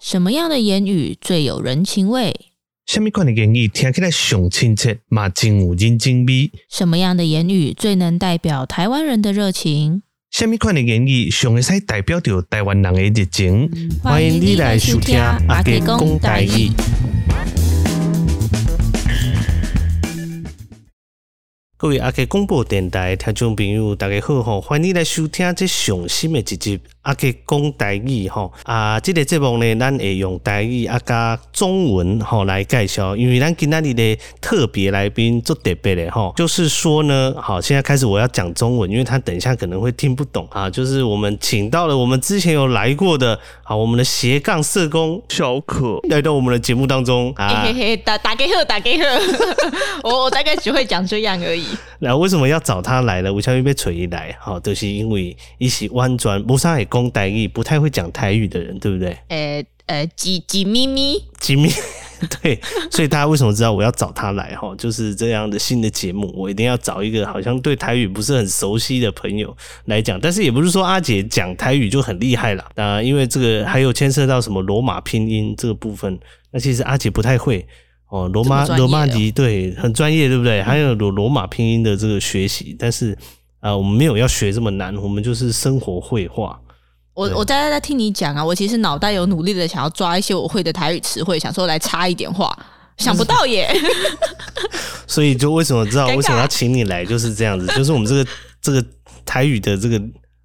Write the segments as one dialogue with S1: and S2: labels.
S1: 什么样的言语最有人情味？
S2: 什么款的言语听起来上亲切，嘛真有人情味；
S1: 什么样的言语最能代表台湾人的热情？
S2: 什么款的言语上会使代表着台湾人的热情。
S1: 嗯欢迎你来收听阿基讲台语。
S2: 各位阿基广播电台的听众朋友，大家好吼，欢迎你来收听这上新的一集阿基讲台语吼。啊，这个节目呢，咱会用台语啊加中文吼来介绍，因为咱今仔日的特别来宾做特别的吼，就是说呢，好，现在开始我要讲中文，因为他等一下可能会听不懂啊。就是我们请到了我们之前有来过的啊，我们的斜杠社工小可来到我们的节目当中啊
S3: 嘿。嘿嘿，打打给贺，打给贺， 我我大概只会讲这样而已。
S2: 那为什么要找他来呢？我相信被锤来，哈、就是因为一起弯转不上海公台语，不太会讲台语的人，对不对？
S3: 呃呃，几几咪咪，
S2: 吉米， 对，所以大家为什么知道我要找他来？哈、就是这样的新的节目，我一定要找一个好像对台语不是很熟悉的朋友来讲。但是也不是说阿姐讲台语就很厉害啦，啊、因为这个还有牵涉到什么罗马拼音这个部分，那其实阿姐不太会。哦，罗马
S3: 这么专业
S2: 罗马
S3: 的
S2: 尼对，很专业，对不对？还有罗罗马拼音的这个学习，但是啊、呃我们没有要学这么难，我们就是生活绘画。
S3: 我我大概在听你讲啊，我其实脑袋有努力的想要抓一些我会的台语词汇，想说来插一点话，想不到 耶。
S2: 所以就为什么知道
S3: 尴尬
S2: 为什么要请你来就是 这样子，就是我们这个这个台语的这个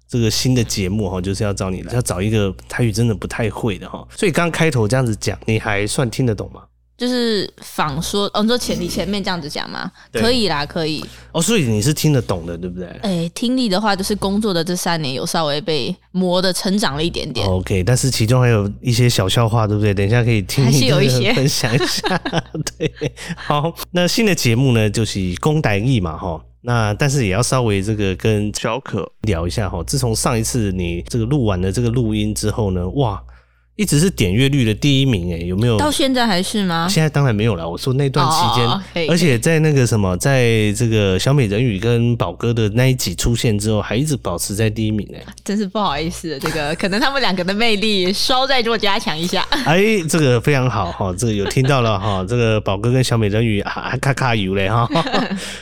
S2: 这个新的节目哈，就是要找你来，要找一个台语真的不太会的哈。所以刚开头这样子讲，你还算听得懂吗？
S3: 就是仿说，哦，你说前你前面这样子讲吗？
S2: 对
S3: 可以啦，可以。
S2: 哦，所以你是听得懂的，对不对？
S3: 哎、听力的话，就是工作的这三年有稍微被磨的成长了一点点。
S2: OK，但是其中还有一些小笑话，对不对？等一下可以听
S3: 还
S2: 你
S3: 是有一些
S2: 分享一下。 对，好，那新的节目呢，就是公台义嘛，哈。那但是也要稍微这个跟小可聊一下哈。自从上一次你这个录完了这个录音之后呢，哇，一直是点阅率的第一名诶、哎有没有？
S3: 到现在还是吗？
S2: 现在当然没有了。我说那段期间，
S3: 哦哦哦可以
S2: 而且在那个什么，在这个小美人鱼跟宝哥的那一集出现之后，还一直保持在第一名诶、哎
S3: 真是不好意思，这个可能他们两个的魅力稍再做加强一下。
S2: 哎，这个非常好哈，这个有听到了哈，这个宝哥跟小美人鱼啊，咔咔油嘞哈，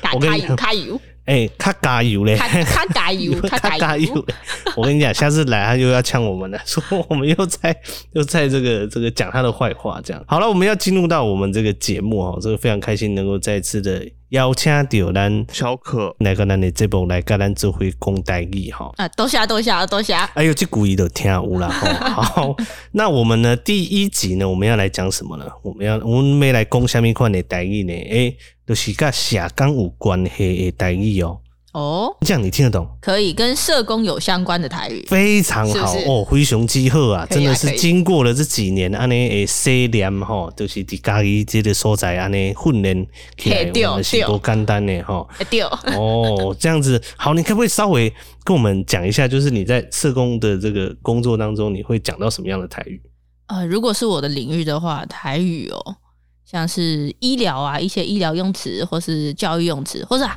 S3: 卡
S2: 我跟
S3: 卡
S2: 你
S3: 油，卡油，
S2: 哎，咔咔油嘞。
S3: 卡卡嘎 油，卡嘎油。
S2: 嘞！我跟你讲，下次来他又要呛我们了， 说我们又在又在这个这个讲他的坏话，这样好了，我们要进入到我们这个节目哦，这个非常开心能够再次的邀请到咱小可来跟咱的节目来跟咱做回公代义哈。
S3: 啊，多谢多谢多谢！啊
S2: 哎呦，这古一都听有啦吼。 好，那我们呢第一集呢，我们要来讲什么呢？我们要我们要来讲下面款的台语呢？诶、就是跟社工有关系的台语哦。
S3: 哦，
S2: 这样你听得懂？
S3: 可以跟社工有相关的台语，
S2: 非常好
S3: 是不是
S2: 哦，灰熊之鹤啊，
S3: 可以啊
S2: 真的是
S3: 可以
S2: 经过了这几年安尼诶洗练吼，就是伫家己这个所在安尼训练起来
S3: 嘿，对
S2: 我们是
S3: 对
S2: 多简单的吼。
S3: 哎对，
S2: 哦，这样子好，你可不可以稍微跟我们讲一下，就是你在社工的这个工作当中，你会讲到什么样的台语？
S3: 呃，如果是我的领域的话，台语哦，像是医疗啊，一些医疗用词，或是教育用词，或是、啊、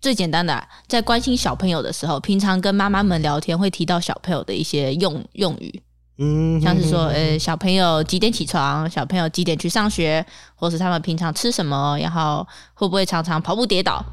S3: 最简单的啊、在关心小朋友的时候，平常跟妈妈们聊天会提到小朋友的一些用用语，
S2: 嗯
S3: 像是说，呃、小朋友几点起床，小朋友几点去上学，或是他们平常吃什么，然后会不会常常跑步跌倒，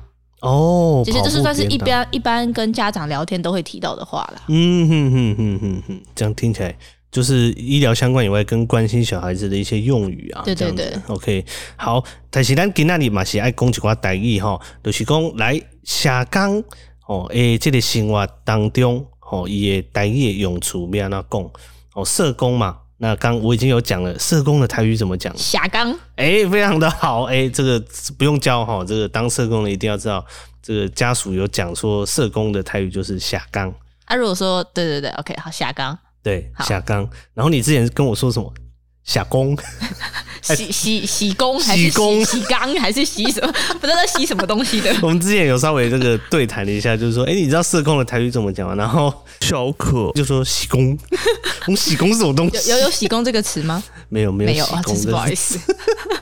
S2: 哦，
S3: 其实这是算是一啊
S2: 边，
S3: 般一般跟家长聊天都会提到的话 啦。
S2: 嗯哼哼哼哼哼，这样听起来就是医疗相关以外，跟关心小孩子的一些用语啊，
S3: 对对
S2: 这样子，OK，好，但是咱今那里嘛是爱讲一寡台语吼，就是讲来社工哦，诶，这个生活当中哦，伊的台语的用处要安怎讲？哦，社工嘛。那刚我已经有讲了，社工的台语怎么讲？
S3: 霞刚
S2: 哎、非常的好，哎、这个不用教哈，这个当社工的一定要知道，这个家属有讲说社工的台语就是下岗，
S3: 啊，如果说对对对，OK，好，霞刚
S2: 对，
S3: 好
S2: 下岗。然后你之前跟我说什么下工？
S3: 洗洗洗工还是
S2: 哎洗工
S3: 洗洗缸 还是洗什么？不知道在洗什么东 西的。
S2: 我们之前有稍微这个对谈了一下，就是说，哎、你知道社工的台语怎么讲吗？然后小可就说洗 工，我们洗工是什么东西？
S3: 有有有洗工这个词吗？
S2: 没有没有
S3: 没有
S2: 洗
S3: 啊，
S2: 工
S3: 真是
S2: 的
S3: 不好意思。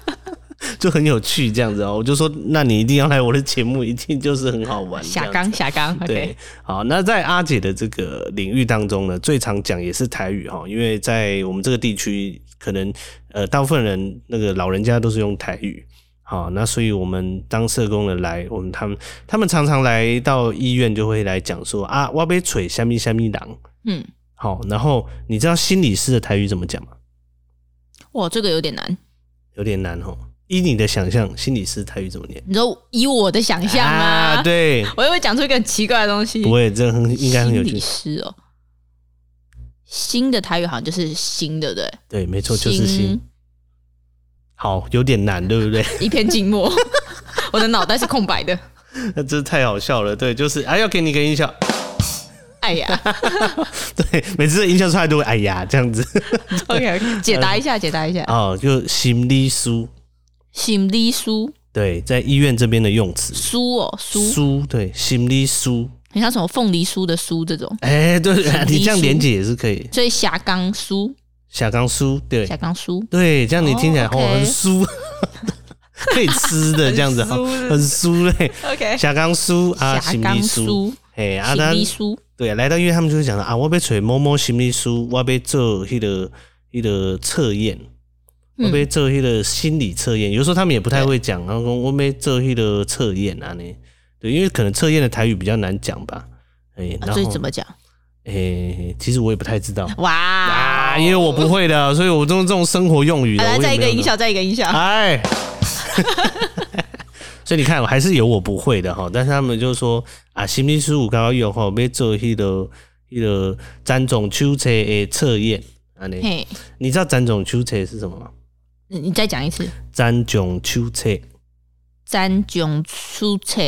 S2: 就很有趣这样子哦。我就说，那你一定要来我的节目，一定就是很好玩。这
S3: 霞
S2: 样子
S3: 刚霞刚
S2: 对
S3: ，OK，，
S2: 好，那在阿姐的这个领域当中呢，最常讲也是台语哈，因为在我们这个地区可能呃大部分人那个老人家都是用台语。好，那所以我们当社工的来，我们他们他们常常来到医院就会来讲说啊，我被锤虾米虾米狼。
S3: 嗯，
S2: 好，然后你知道心理师的台语怎么讲吗？
S3: 哇，这个有点难。
S2: 有点难哦。依你的想象，心理师台语怎么念？
S3: 你说以我的想象吗？
S2: 啊，，对，
S3: 我又会讲出一个很奇怪的东西。
S2: 不会，这很应该很有
S3: 心理
S2: 趣。
S3: 师哦，新的台语好像就是新，对不对？
S2: 对，没错，就是心。好，有点难，对不对？
S3: 一片静默， 我的脑袋是空白的。
S2: 那真是太好笑了。对，就是啊，要给你一个音效。
S3: 哎呀
S2: 对，每次的音效出来都会哎呀这样子。
S3: ，OK OK，解答一下，解答一下。
S2: 哦，就心理书，
S3: 心理书
S2: 对，在医院这边的用词。
S3: 书哦书，
S2: 书对，心理书。
S3: 很像什么凤梨酥的酥这种，
S2: 哎、对， 啊
S3: 理
S2: 你这样
S3: 书
S2: 连解也是可以。
S3: 所以霞冈酥，
S2: 小刚书，对
S3: 霞冈酥，
S2: 对，这样你听起来
S3: 哦
S2: 哦
S3: ，OK
S2: 很酥， 可以吃的这样子哈，
S3: 很酥是不
S2: 很酥嘞。
S3: OK，
S2: 小刚书啊，
S3: 霞
S2: 心
S3: 冈
S2: 理书，
S3: 酥，
S2: 哎，啊，
S3: 心
S2: 咱
S3: 理酥，
S2: 对，来到医院他们就会讲到啊，我被找某某心理师，我被做迄、那个迄、那个测验，
S3: 嗯
S2: 我被做迄个心理测验。有时候他们也不太会讲，然后说我被做迄个测验啊呢。对，因为可能测验的台语比较难讲吧。哎、
S3: 啊
S2: 然后
S3: 所以怎么讲？
S2: 哎、其实我也不太知道
S3: 哇哦
S2: 啊，因为我不会的，所以我用这种生活用语的。
S3: 啊来
S2: 我也
S3: 再一个
S2: 没有
S3: 音效，再一个音效，
S2: 哎，所以你看，我还是有我不会的哈。但是他们就说啊，心理师傅刚刚用哈，要做迄、那个迄、那个詹种手册的测验安尼。
S3: 嘿，
S2: 你知道詹种手册是什么吗？
S3: 你你再讲一次。
S2: 詹种手册，
S3: 詹囧出册，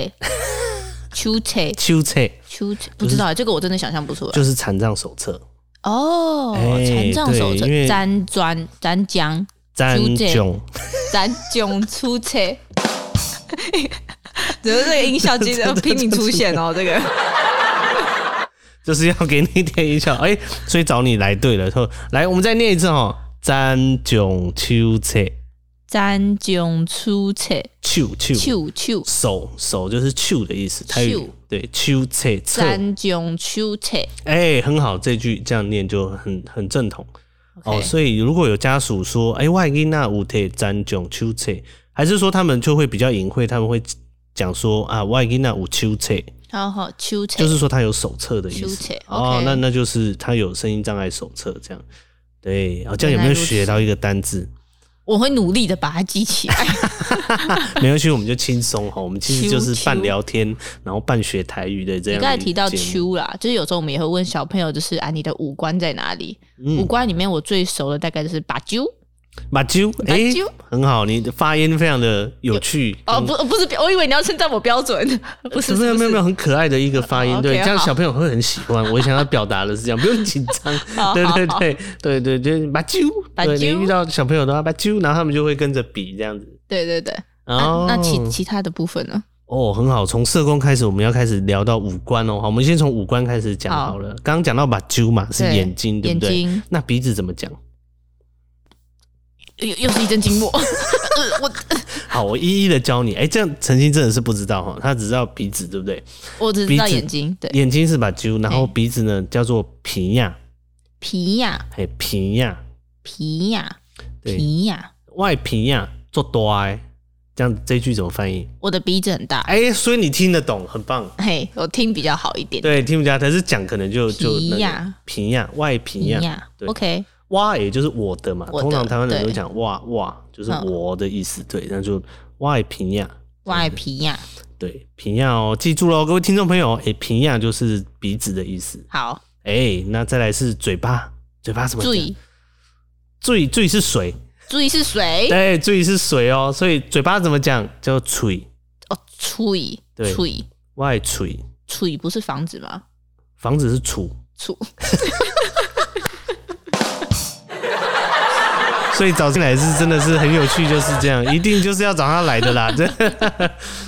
S3: 出册，
S2: 手册
S3: 出册，不知道这个我真的想象不出来。
S2: 就是残障手册，
S3: 哦，
S2: 哎
S3: 残障手册
S2: 对因，为
S3: 詹专，詹江，
S2: 詹种
S3: 詹囧出册。 只是这个音效机的拼命出现哦，这个
S2: 就是要给你一点音效。哎、所以找你来对了，说来，我们再念一次哈，詹种手册，
S3: 詹囧出册，
S2: 手手。
S3: 秋秋
S2: 手手就是手的意思，台语
S3: 手
S2: 对手册册
S3: 詹囧出册。
S2: 哎、很好，这句这样念就很很正统
S3: OK
S2: 哦。所以如果有家属说，哎、外因那五铁占囧秋册，还是说他们就会比较隐晦，他们会讲说啊，外因那五秋册，
S3: 好好，秋册
S2: 就是说他有手册的意
S3: 秋
S2: 思
S3: 册。
S2: 哦
S3: OK，
S2: 那那就是他有声音障碍手册这样。对，哦，这样有
S3: 原来如
S2: 没有
S3: 此
S2: 学到一个 单字？
S3: 我会努力的把它记起 来。
S2: 没关系，我们就轻松哈。我们其实就是
S3: 秋
S2: 半
S3: 秋
S2: 聊天，然后半学台语的这
S3: 你
S2: 样的节目。
S3: 刚才提到秋啦，就是有时候我们也会问小朋友，就是啊，你的五官在哪里？
S2: 嗯
S3: 五官里面我最熟的大概就是把揪
S2: 马啾，
S3: 马
S2: 哎、
S3: 啾
S2: 很好，你的发音非常的有趣
S3: 哦，
S2: 嗯
S3: 不不是，我以为你要称赞我标准， 不是，
S2: 没有
S3: 不
S2: 没有
S3: 是
S2: 没有，很可爱的一个发音，
S3: 哦
S2: 对，
S3: OK，
S2: 这样
S3: 好
S2: 小朋友会很喜欢。我想要表达的是这样，不用紧张
S3: 好，
S2: 对对
S3: 好
S2: 对对对对，把啾，
S3: 把
S2: 对你
S3: 啾
S2: 遇到小朋友的话，把啾，然后他们就会跟着比这样子。
S3: 对对对。
S2: 哦，
S3: 啊那那其其他的部分呢？
S2: 哦，很好，从社工开始，我们要开始聊到五官哦。好，我们先从五官开始讲
S3: 好
S2: 好了。刚刚讲到把啾嘛，是
S3: 对
S2: 眼睛，对不
S3: 眼
S2: 对？
S3: 睛
S2: 那鼻子怎么讲？
S3: 又又是一阵静默。 呃我
S2: 好，我一一的教你。哎，这样曾经真的是不知道哈，他只知道鼻子，对不对？
S3: 我只知道
S2: 鼻子
S3: 眼睛，对
S2: 眼睛是把揪，然后
S3: 嘿
S2: 鼻子呢叫做皮亚，
S3: 皮呀
S2: 嘿皮亚，
S3: 皮呀
S2: 对
S3: 皮呀，
S2: 外皮亚做多哎，这样这句怎么翻译？
S3: 我的鼻子很大，
S2: 哎、所以你听得懂，很棒。
S3: 嘿，我听比较好一点。
S2: 对，听不加，但是讲可能就就那
S3: 皮
S2: 个
S3: 亚
S2: 皮亚外皮
S3: 皮
S2: 亚，
S3: 呀
S2: 对
S3: ，OK，
S2: 哇也就是我的嘛。
S3: 我的
S2: 通常台湾人
S3: 对
S2: 都讲哇哇，就是
S3: 嗯
S2: 我的意思。对，那就外皮亚，
S3: 外皮呀，
S2: 对皮亚哦，记住喽，各位听众朋友，哎、皮亚就是鼻子的意思。
S3: 好，
S2: 哎、那再来是嘴巴，嘴巴怎么讲？
S3: 注意
S2: 最最是水，
S3: 注意是谁？
S2: 对，注意是水哦，所以嘴巴怎么讲叫嘴，
S3: 哦，注意
S2: 对
S3: 注意
S2: 外嘴，
S3: 注意，不是房子吗？
S2: 房子是楚，
S3: 处
S2: 所以找进来是真的是很有趣，就是这样，一定就是要找他来的啦， 这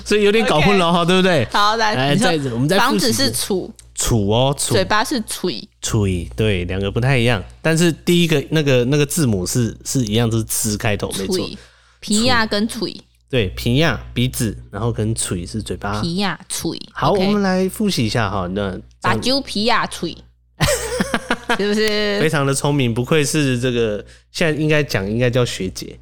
S2: 所以有点搞混了哈，对不对？
S3: 好来，
S2: 哎，
S3: 你说
S2: 再我们再
S3: 房
S2: 复
S3: 子
S2: 习
S3: 是
S2: 一次
S3: 处，
S2: 楚哦，楚
S3: 嘴巴是吹，
S2: 楚，对，两个不太一样，但是第一个那个那个字母是是一样，就是吃开头，没错，啊
S3: 吹皮亚跟吹
S2: 对，平呀鼻子，然后跟嘴是嘴巴。
S3: 皮亚吹。
S2: 好，
S3: OK
S2: 我们来复习一下哈，那这
S3: 把
S2: 样
S3: 酒皮亚吹，是不
S2: 非
S3: 是？
S2: 常的聪明，不愧是这个现在应该讲应该叫学姐。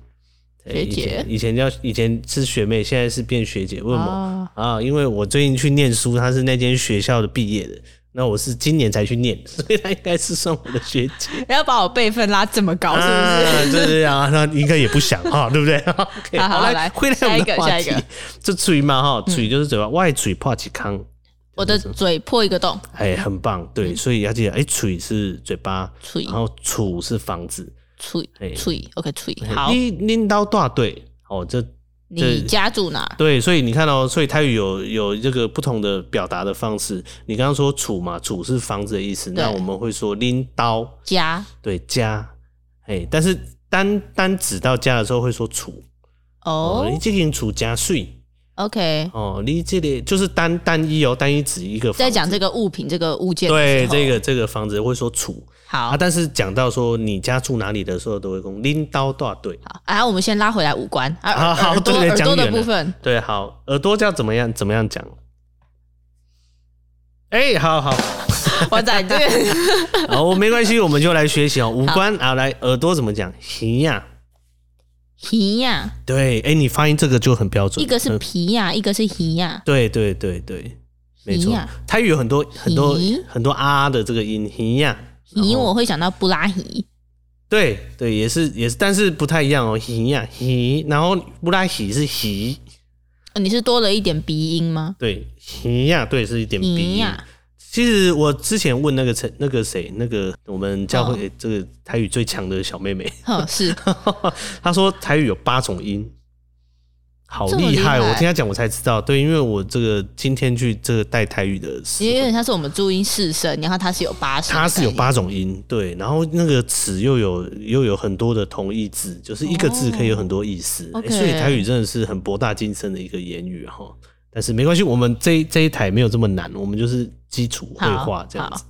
S2: 对
S3: 学姐
S2: 以前以前叫以前是学妹，现在是变学姐，为什么、
S3: 哦，
S2: 啊？因为我最近去念书，她是那间学校的毕业的，那我是今年才去念， 所以她应该是算我的学姐。
S3: 然后把我辈分拉这么哦高，是不是？
S2: 啊、对对啊，那应该也不想哈，对不 对？OK，
S3: 好好
S2: 来
S3: 来
S2: 回来我
S3: 下一
S2: 们
S3: 个
S2: 的话
S3: 下一
S2: 题
S3: 个， 嗯
S2: 这嘴嘛哈，嘴就是嘴巴，外嘴破几康，
S3: 我的嘴破一个洞，
S2: 哎，很棒，对，所以要记得，哎，嘴是嘴巴，
S3: 嗯嘴
S2: 然后楚是房子，
S3: 脆
S2: 哎
S3: 脆，OK，脆。好，
S2: 你拎刀大队哦，这
S3: 你家住哪儿？
S2: 对，所以你看哦，所以泰语有有这个不同的表达的方式。你刚刚说楚嘛，楚是房子的意思，
S3: 对
S2: 那我们会说拎刀，
S3: 家
S2: 对家，哎，但是单单指到家的时候会说楚哦，
S3: 哦
S2: 你这间楚家税
S3: ，OK。
S2: 哦，你这里就是单单一哦，单一指一个房子。
S3: 在讲这个物品、这个物件的时
S2: 对
S3: 候，
S2: 这个这个房子会说楚
S3: 好
S2: 啊，。但是讲到说你家住哪里的时候，都会说拎刀大队。
S3: 好，啊，我们先拉回来五官，啊，
S2: 好
S3: 耳
S2: 好
S3: 耳朵
S2: 对
S3: 耳朵
S2: 讲
S3: 的
S2: 远了
S3: 部分，
S2: 对，好，耳朵叫怎么样？怎么样讲？哎、好好，
S3: 我在这个
S2: 好，我没关系，我们就来学习哦。五官啊，来，耳朵怎么讲？皮呀，
S3: 皮呀，
S2: 对，哎、你发音这个就很标准。
S3: 一个是
S2: 嗯
S3: 皮呀，一个是皮呀，
S2: 对对对对，没错
S3: 皮呀。
S2: 它有很多很多
S3: 皮
S2: 很多啊的这个音，皮呀，
S3: 皮
S2: 然后
S3: 我会想到布拉皮，
S2: 对对，也是也是，但是不太一样哦。皮呀，皮，然后布拉喜是喜，
S3: 呃你是多了一点鼻音吗？
S2: 对，皮呀，对，是一点鼻
S3: 皮
S2: 音。
S3: 呀，
S2: 其实我之前问那个陈、那个谁、那个我们教会
S3: 哦
S2: 这个台语最强的小妹妹，
S3: 哼，哦是
S2: 她说台语有八种音，好
S3: 这么
S2: 厉
S3: 厉害
S2: 害！我听她讲我才知道，对，因为我这个今天去这个带台语的词
S3: 因为有
S2: 汇，
S3: 点像是我们注音四声，然后它是有八声的概念，
S2: 它是有八种音，对，然后那个词又有又有很多的同义字，就是一个字可以有很多意思，
S3: 哦
S2: 诶
S3: OK
S2: 所以台语真的是很博大精深的一个言语哈。但是没关系，我们这一这一台没有这么难，我们就是基础绘
S3: 好
S2: 画这样子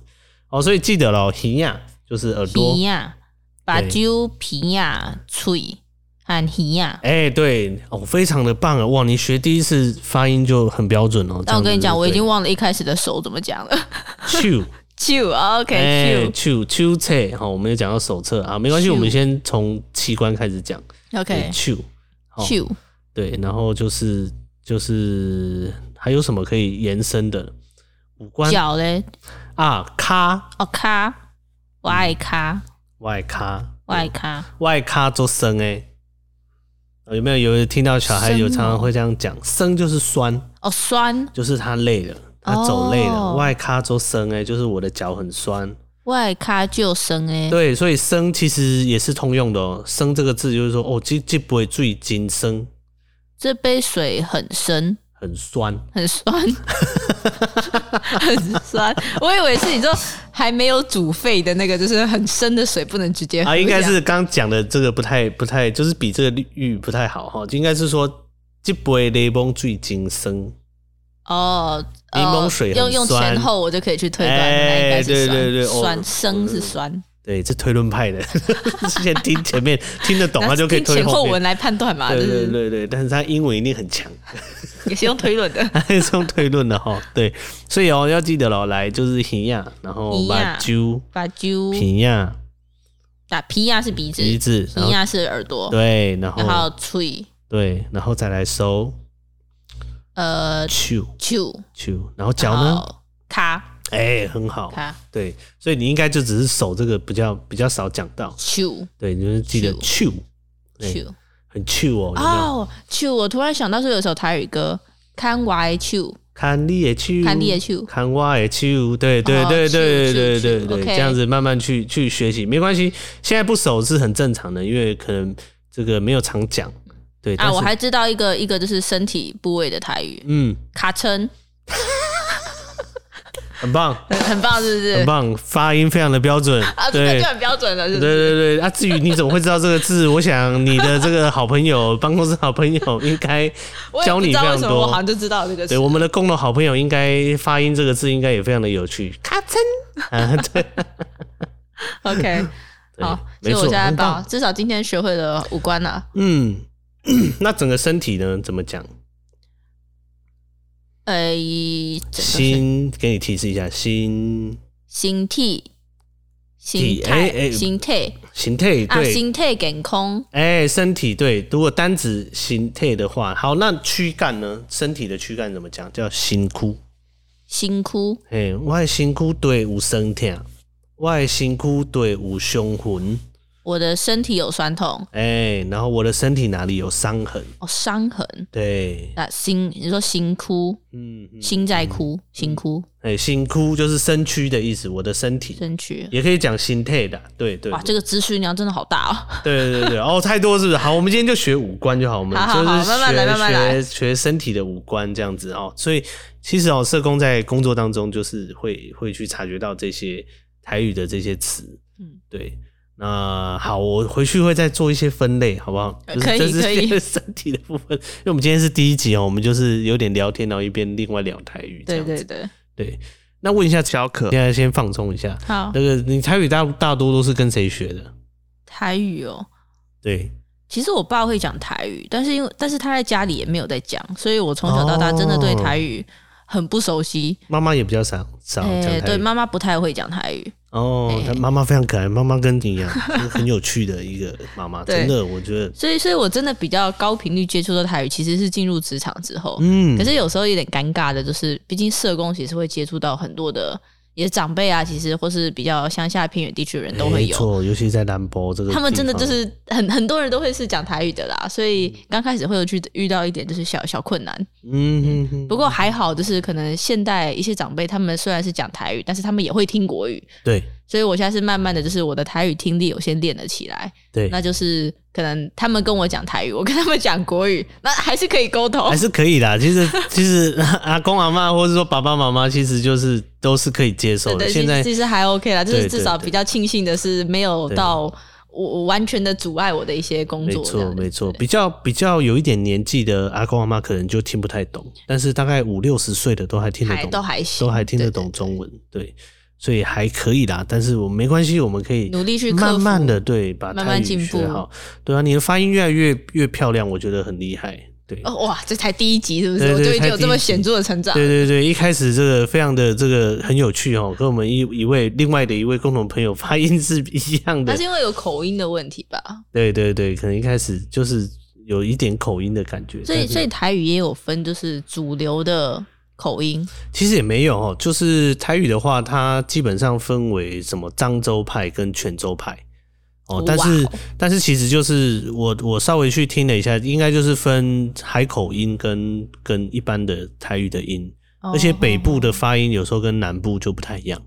S3: 好。
S2: 哦，所以记得咯，耳呀就是耳朵，
S3: 皮呀，把
S2: 对
S3: 揪皮呀，嘴和皮呀。
S2: 哎、对哦，非常的棒啊！哇，你学第一次发音就很标准哦。
S3: 但我跟你讲，我已经
S2: 忘
S3: 忘了一开始的手怎么讲了。
S2: chu，
S3: 就 OK，
S2: 哎，chu chu 册，好，我们有讲到手册啊，没关系，
S3: Chew
S2: 我们先从器官开始讲。
S3: 就 OK，
S2: chu，好
S3: 就
S2: 哦对，然后就是就是还有什么可以延伸的五官
S3: 脚嘞，
S2: 啊？卡
S3: 哦卡，我爱卡，
S2: 嗯外卡
S3: 我爱卡，
S2: 外卡做生哎。呃有没有有听到小孩有
S3: 生哦
S2: 常常会这样讲？生就是酸，
S3: 哦酸，
S2: 就是他累了，他走累了，
S3: 哦
S2: 外卡周生哎，就是我的脚很酸。
S3: 我爱卡就生哎，
S2: 对，所以生其实也是通用的哦。生这个字就是说，哦，这这不会最紧生，
S3: 这杯水很深，
S2: 很酸。
S3: 很酸， 很酸。我以为是你说还没有煮沸的那个，就是很深的水不能直接喝
S2: 啊， 应该
S3: 这样
S2: 是刚讲的这个不太不太，就是比这个玉不太好哈，应该是说这不会雷崩最紧生。
S3: 哦。哦
S2: 柠檬水很
S3: 用用
S2: 酸
S3: 前后我就可以去推断，
S2: 哎
S3: 那应该是
S2: 对
S3: 酸
S2: 对对哦
S3: 酸生是酸，
S2: 对，这推论派的， 先听前面听得懂，他就可以
S3: 听
S2: 推
S3: 前后
S2: 后面
S3: 文。来判断嘛，就嗯
S2: 对对
S3: 是
S2: 对对，但是他英文一定很强。
S3: 也是用推论 的。
S2: 还是用推论的哈，对，所以哦要记得咯，来就是平呀，然后
S3: 耳
S2: 把
S3: 呀
S2: 揪
S3: 把揪
S2: 平呀
S3: 打皮亚是鼻子，
S2: 鼻子，然
S3: 皮
S2: 后
S3: 亚是耳朵，
S2: 对，哦然后
S3: 然后吹
S2: 对，然后再来收
S3: 呃
S2: 揪
S3: 啾，
S2: 揪，然后脚
S3: 然
S2: 呢，
S3: 后咔
S2: 哎、很好，
S3: 咔
S2: 对，所以你应该就只是手这个比较比较少讲到，
S3: 啾
S2: 对，你就是记得揪，对
S3: 啾
S2: 很揪哦，有没有？
S3: 哦啾！我突然想到是有一首台语歌。看我的手，
S2: 看你的揪，
S3: 看你的手
S2: 看我的手，对对
S3: 哦
S2: 对对
S3: 手
S2: 对
S3: 手
S2: 对
S3: 手
S2: 对，
S3: OK
S2: 这样子慢慢去去学习，没关系。现在不熟是很正常的，因为可能这个没有常讲。对但
S3: 啊！
S2: 是
S3: 我还知道一个一个就是身体部位的台语，
S2: 嗯，
S3: 卡称，
S2: 很棒，
S3: 很很棒，是不
S2: 很
S3: 是？
S2: 棒，发音非常的标准。
S3: 啊，这个
S2: 对
S3: 就很标准了，是
S2: 对
S3: 不是？
S2: 对对，啊，至于你怎么会知道这个字，我想你的这个好朋友，办公室好朋友应该
S3: 我也
S2: 教
S3: 不
S2: 你
S3: 知道
S2: 非
S3: 为
S2: 常
S3: 什么，我好
S2: 多
S3: 像。就知道这个
S2: 对，
S3: 词。
S2: 我们的共同好朋友应该发音这个字应该也非常的有趣。
S3: 卡称
S2: 啊，对，
S3: ，OK，
S2: 对
S3: 好，所
S2: 没
S3: 以
S2: 错，
S3: 我现在
S2: 很
S3: 把
S2: 棒
S3: 至少今天学会了五官啊了。
S2: 嗯， 那整个身体呢？怎么讲？
S3: 呃，整个是
S2: 嗯心，给你提示一下，心
S3: 形体、心
S2: 哎哎
S3: 态、心态
S2: 形态
S3: 啊，
S2: 对，
S3: 心态健康，
S2: 哎、身体对，如果单指形态的话，好，那躯干呢？身体的躯干怎么讲？叫身躯。
S3: 辛苦
S2: 嘿，我的身躯对有酸痛，我的身躯对有伤痕，
S3: 我的身体有酸痛，
S2: 哎、然后我的身体哪里有伤痕？
S3: 哦，伤痕。
S2: 对，
S3: 那心，你说心哭，
S2: 嗯，嗯
S3: 心在哭，心哭，
S2: 哎、身躯就是身躯的意思，我的身体
S3: 身躯。
S2: 也可以讲心态的，啊对对
S3: 哇，
S2: 对
S3: 这个资讯量真的好大哦！
S2: 对对对对，哦，太多是不是？好，我们今天就学五官就好，我们
S3: 好好
S2: 就是学
S3: 好慢慢来慢慢来
S2: 学学身体的五官这样子哦。所以其实哦，社工在工作当中就是会会去察觉到这些台语的这些词，
S3: 嗯
S2: 嗯，对。那好，我回去会再做一些分类，好不好？
S3: 呃
S2: 就是
S3: 可以
S2: 这是
S3: 可以
S2: 身体的部分，因为我们今天是第一集哦，我们就是有点聊天，然后一边另外聊台语 这
S3: 对
S2: 样子。
S3: 对对，
S2: 对那问一下小可，现在先放松一下。
S3: 好
S2: 那个你台语大大多都是跟谁学的？
S3: 台语哦。
S2: 对，
S3: 其实我爸会讲台语，但是因为但是他在家里也没有在讲，所以我从小到大真的对
S2: 哦
S3: 台语很不熟悉。
S2: 妈妈也比较少少讲台语。
S3: 哎对，妈妈哎不太会讲台语。
S2: 哦，她妈妈非常可爱，妈妈跟你一样，就是很有趣的一个妈妈，
S3: 对
S2: 真的，我觉得，
S3: 所以，所以我真的比较高频率接触到台语，其实是进入职场之后。
S2: 嗯
S3: 可，是有时候有点尴尬的，就是毕竟社工其实会接触到很多的，也是长辈啊，其实或是比较乡下偏远地区的人都会
S2: 没
S3: 有。
S2: 错，尤其在南博这个地
S3: 他
S2: 方，
S3: 们真的就是很很多人都会是讲台语的啦，所以刚开始会有去遇到一点就是小小困难，
S2: 嗯，嗯，嗯
S3: 不过还好，就是可能现代一些长辈他们虽然是讲台语，但是他们也会听国语，
S2: 对
S3: 所以我现在是慢慢的就是我的台语听力有先练了起来，
S2: 对，
S3: 那就是可能他们跟我讲台语，我跟他们讲国语，那还是可以沟通
S2: 还。是可以啦。其实其实阿公阿妈或者说爸爸妈妈，其实就是都是可以接受的。
S3: 对，
S2: 现
S3: 其
S2: 在
S3: 实其实还 OK 啦，就
S2: 对
S3: 是
S2: 对
S3: 至少
S2: 对
S3: 比较庆幸的是没有到我我完全的阻碍我的一些工
S2: 没
S3: 作这
S2: 错
S3: 样子。
S2: 没错，比较比较有一点年纪的阿公阿妈可能就听不太懂，但是大概五六十岁的都还听得
S3: 还
S2: 懂，
S3: 都还行，
S2: 都还听得
S3: 对对
S2: 懂
S3: 对
S2: 中文，对，所以还可以啦。但是我没关系，我们可以
S3: 努力去克
S2: 慢
S3: 服
S2: 慢的对把
S3: 慢
S2: 泰
S3: 慢
S2: 语
S3: 进
S2: 学
S3: 步
S2: 好。对啊，你的发音越来越越漂亮，我觉得很厉害。对，
S3: 哦啊哇，这才第一集是不
S2: 对
S3: 是？
S2: 对
S3: 我就已经
S2: 才
S3: 有这
S2: 第一
S3: 么
S2: 集
S3: 显著的成长。
S2: 对对对，一开始这个非常的这个很有趣哦，跟我们一一位另外的一位共同朋友发音是一样
S3: 那
S2: 的
S3: 是。因为有口音的问题吧？
S2: 对对对，可能一开始就是有一点口音的感觉，
S3: 所以，
S2: 但是
S3: 所以台语也有分，就是主流的口音
S2: 其实也没有哦，就是台语的话，它基本上分为什么漳州派跟泉州派
S3: 哇，
S2: 哦但是但是其实就是我我稍微去听了一下，应该就是分海口音跟跟一般的台语的音，
S3: 哦
S2: 而且北部的发音有时候跟南部就不太一样。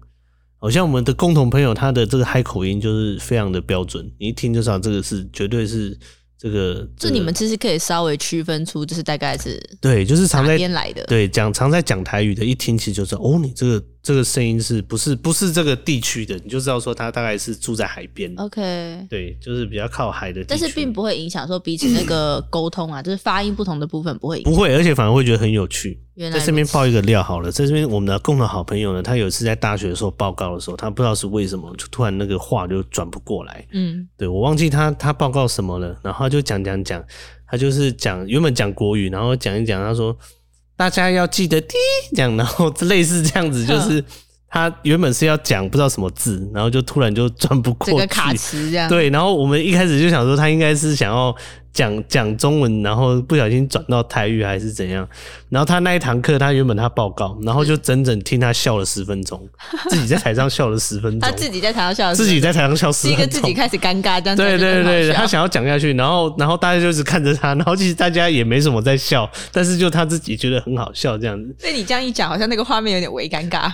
S2: 好、像我们的共同朋友，他的这个海口音就是非常的标准，你一听就知道这个是绝对是这个。
S3: 这
S2: 个
S3: 你们其实可以稍微区分出，就是大概是
S2: 对，就是常
S3: 哪
S2: 在
S3: 边来的。
S2: 对，讲常在讲台语的，一听其实就知道，哦，你这个这个声音是不是不是这个地区的，你就知道说他大概是住在海边，
S3: ，OK，
S2: 对，就是比较靠海的地
S3: 哦但
S2: 区。
S3: 是并不会影响说彼此那个沟通啊，就是发音不同的部分不会影响。
S2: 不会，而且反而会觉得很有趣。
S3: 原来
S2: 在这边
S3: 如此
S2: 爆一个料好了，在这边我们的共同好朋友呢，他有一次在大学的时候报告的时候，他不知道是为什么，就突然那个话就转不过来，
S3: 嗯，
S2: 对我忘记他他报告什么了，然后他就讲讲讲，他就是讲原本讲国语，然后讲一讲，他说大家要记得滴讲，然后类似这样子，就是嗯他原本是要讲不知道什么字，然后就突然就转不
S3: 整
S2: 过
S3: 个
S2: 去，
S3: 卡 词这样。
S2: 对，然后我们一开始就想说他应该是想要讲讲中文，然后不小心转到台语还是怎样。然后他那一堂课，他原本他报告，然后就整整听他笑了十分钟，自己在台上笑了十分钟，
S3: 他自己在台上笑的时
S2: 自
S3: 候，
S2: 己在台上笑十
S3: 是一
S2: 分
S3: 个
S2: 钟，
S3: 自己开始尴尬，这样
S2: 对
S3: 才觉得
S2: 对
S3: 很好
S2: 对，
S3: 笑
S2: 他想要讲下去，然后然后大家就是看着他，然后其实大家也没什么在笑，但是就他自己觉得很好笑这样子，
S3: 被你这样一讲，好像那个画面有点微尴 尬。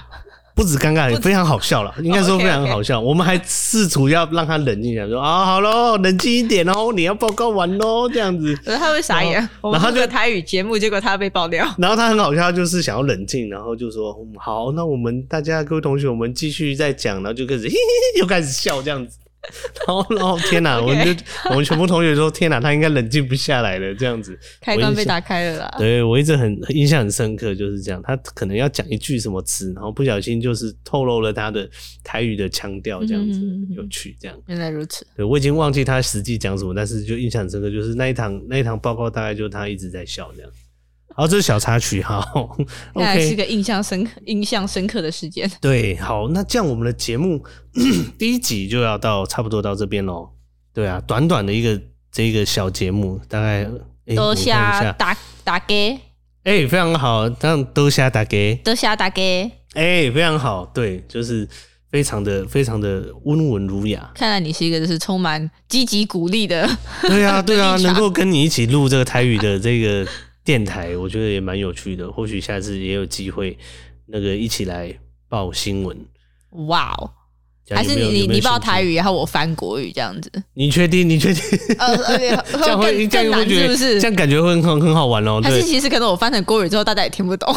S2: 不止尴尬，也非常好笑
S3: 哦
S2: 了，应该说非常好笑。我们还试图要让他冷静一下，说啊好喽，冷静一点哦，你要报告完喽这样子。
S3: 可是他会傻眼
S2: 然，后
S3: 我们
S2: 然后
S3: 录个
S2: 就
S3: 台语节目，结果他被爆料。
S2: 然后他很好笑，他就是想要冷静，然后就说、嗯、好，那我们大家各位同学，我们继续再讲，然后就开始 嘿嘿嘿又开始笑这样子。 然后，然后天 哪，我们就我们全部同学说天哪，他应该冷静不下来了这样子。
S3: 开关被打开了啦。
S2: 对我一直很印象很深刻，就是这样。他可能要讲一句什么词，然后不小心就是透露了他的台语的腔调，这样
S3: 嗯
S2: 子、
S3: 哼嗯哼嗯哼
S2: 有趣。这样，
S3: 原来如此，
S2: 对我已经忘记他实际讲什么，但是就印象很深刻，就是那一堂那一堂报告大概就他一直在笑这样。好，这是小插曲 哈。
S3: 那还是
S2: OK，
S3: 个印象深刻、印象深刻的事件。
S2: 对，好，那这样我们的节目 第一集就要到差不多到这边喽。对啊，短短的一个这个小节目，大概诶我
S3: 多啊
S2: 看一下
S3: 下打打给，
S2: 哎、非常好，让多虾打给，
S3: 多啊下打给。。
S2: 哎、非常好，对，就是非常的非常的温文儒雅
S3: 看来你是一个就是充满积极鼓励的，
S2: 对 啊，对啊，
S3: 立场
S2: 能够跟你一起录这个台语 的这个电台，我觉得也蛮有趣的。或许下次也有机会，那个一起来报新闻。
S3: 哇哦！
S2: 这样
S3: 还是
S2: 有没有
S3: 你
S2: 有
S3: 你
S2: 没有
S3: 你报
S2: 兴趣
S3: 台语，然后我翻国语这样子？
S2: 你确定？你确定？
S3: 呃，呃
S2: 这样会
S3: 更
S2: 这
S3: 更
S2: 样会
S3: 难
S2: 觉
S3: 是
S2: 得
S3: 不是
S2: 这？样感觉会很很很好玩哦。
S3: 还是
S2: 对
S3: 其实可能我翻成国语之后，大家也听不 懂。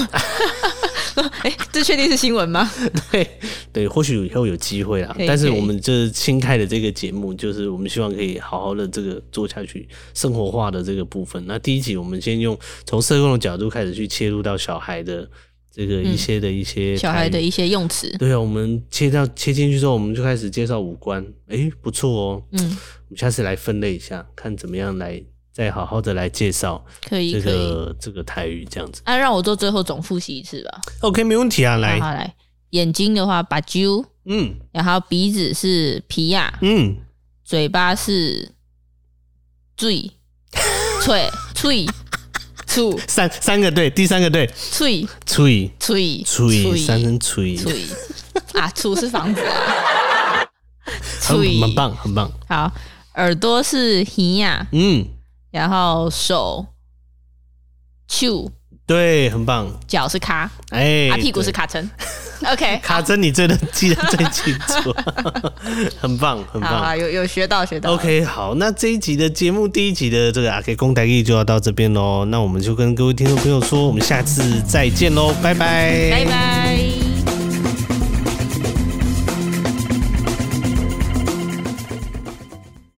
S3: 哎、这确定是新闻吗？
S2: 对 对，或许以后有机会啦
S3: 可。以
S2: 但是
S3: 可以
S2: 我们这新开的这个节目，就是我们希望可以好好的这个做下去，生活化的这个部分。那第一集我们先用从社工的角度开始去切入到小孩的这个一些的一些、
S3: 嗯小孩的一些用词，
S2: 对啊，我们切到切进去之后，我们就开始介绍五官，诶，不错哦。
S3: 嗯，
S2: 我们下次来分类一下，看怎么样来再好好的来介绍
S3: 可以
S2: 这
S3: 可以。
S2: 个这个台语这样子。
S3: 啊，让我做最后总复习一次吧。
S2: OK，没问题啊，来
S3: 好，好来，眼睛的话，把揪，
S2: 嗯
S3: 然后鼻子是皮亚，
S2: 嗯，
S3: 嘴巴是 嘴，嘴嘴嘴
S2: 三三个对，第三个对，
S3: 嘴
S2: 吹
S3: 嘴
S2: 吹三声吹，
S3: 嘴 啊，处是房子啊，
S2: 很
S3: 嘴
S2: 很棒很棒，
S3: 好，耳朵是耳呀，
S2: 嗯，
S3: 然后手、手、
S2: 对，很棒，
S3: 脚是卡，
S2: 哎，
S3: 啊屁股是
S2: 对
S3: 卡针。OK，
S2: 卡针，你真的记得最清 楚，很棒很
S3: 好
S2: 棒
S3: 好。有有学到学到。
S2: OK，好，那这一集的节目第一集的这个阿 K 公台语就要到这边喽，那我们就跟各位听众朋友说，我们下次再见喽，拜拜，
S3: 拜拜。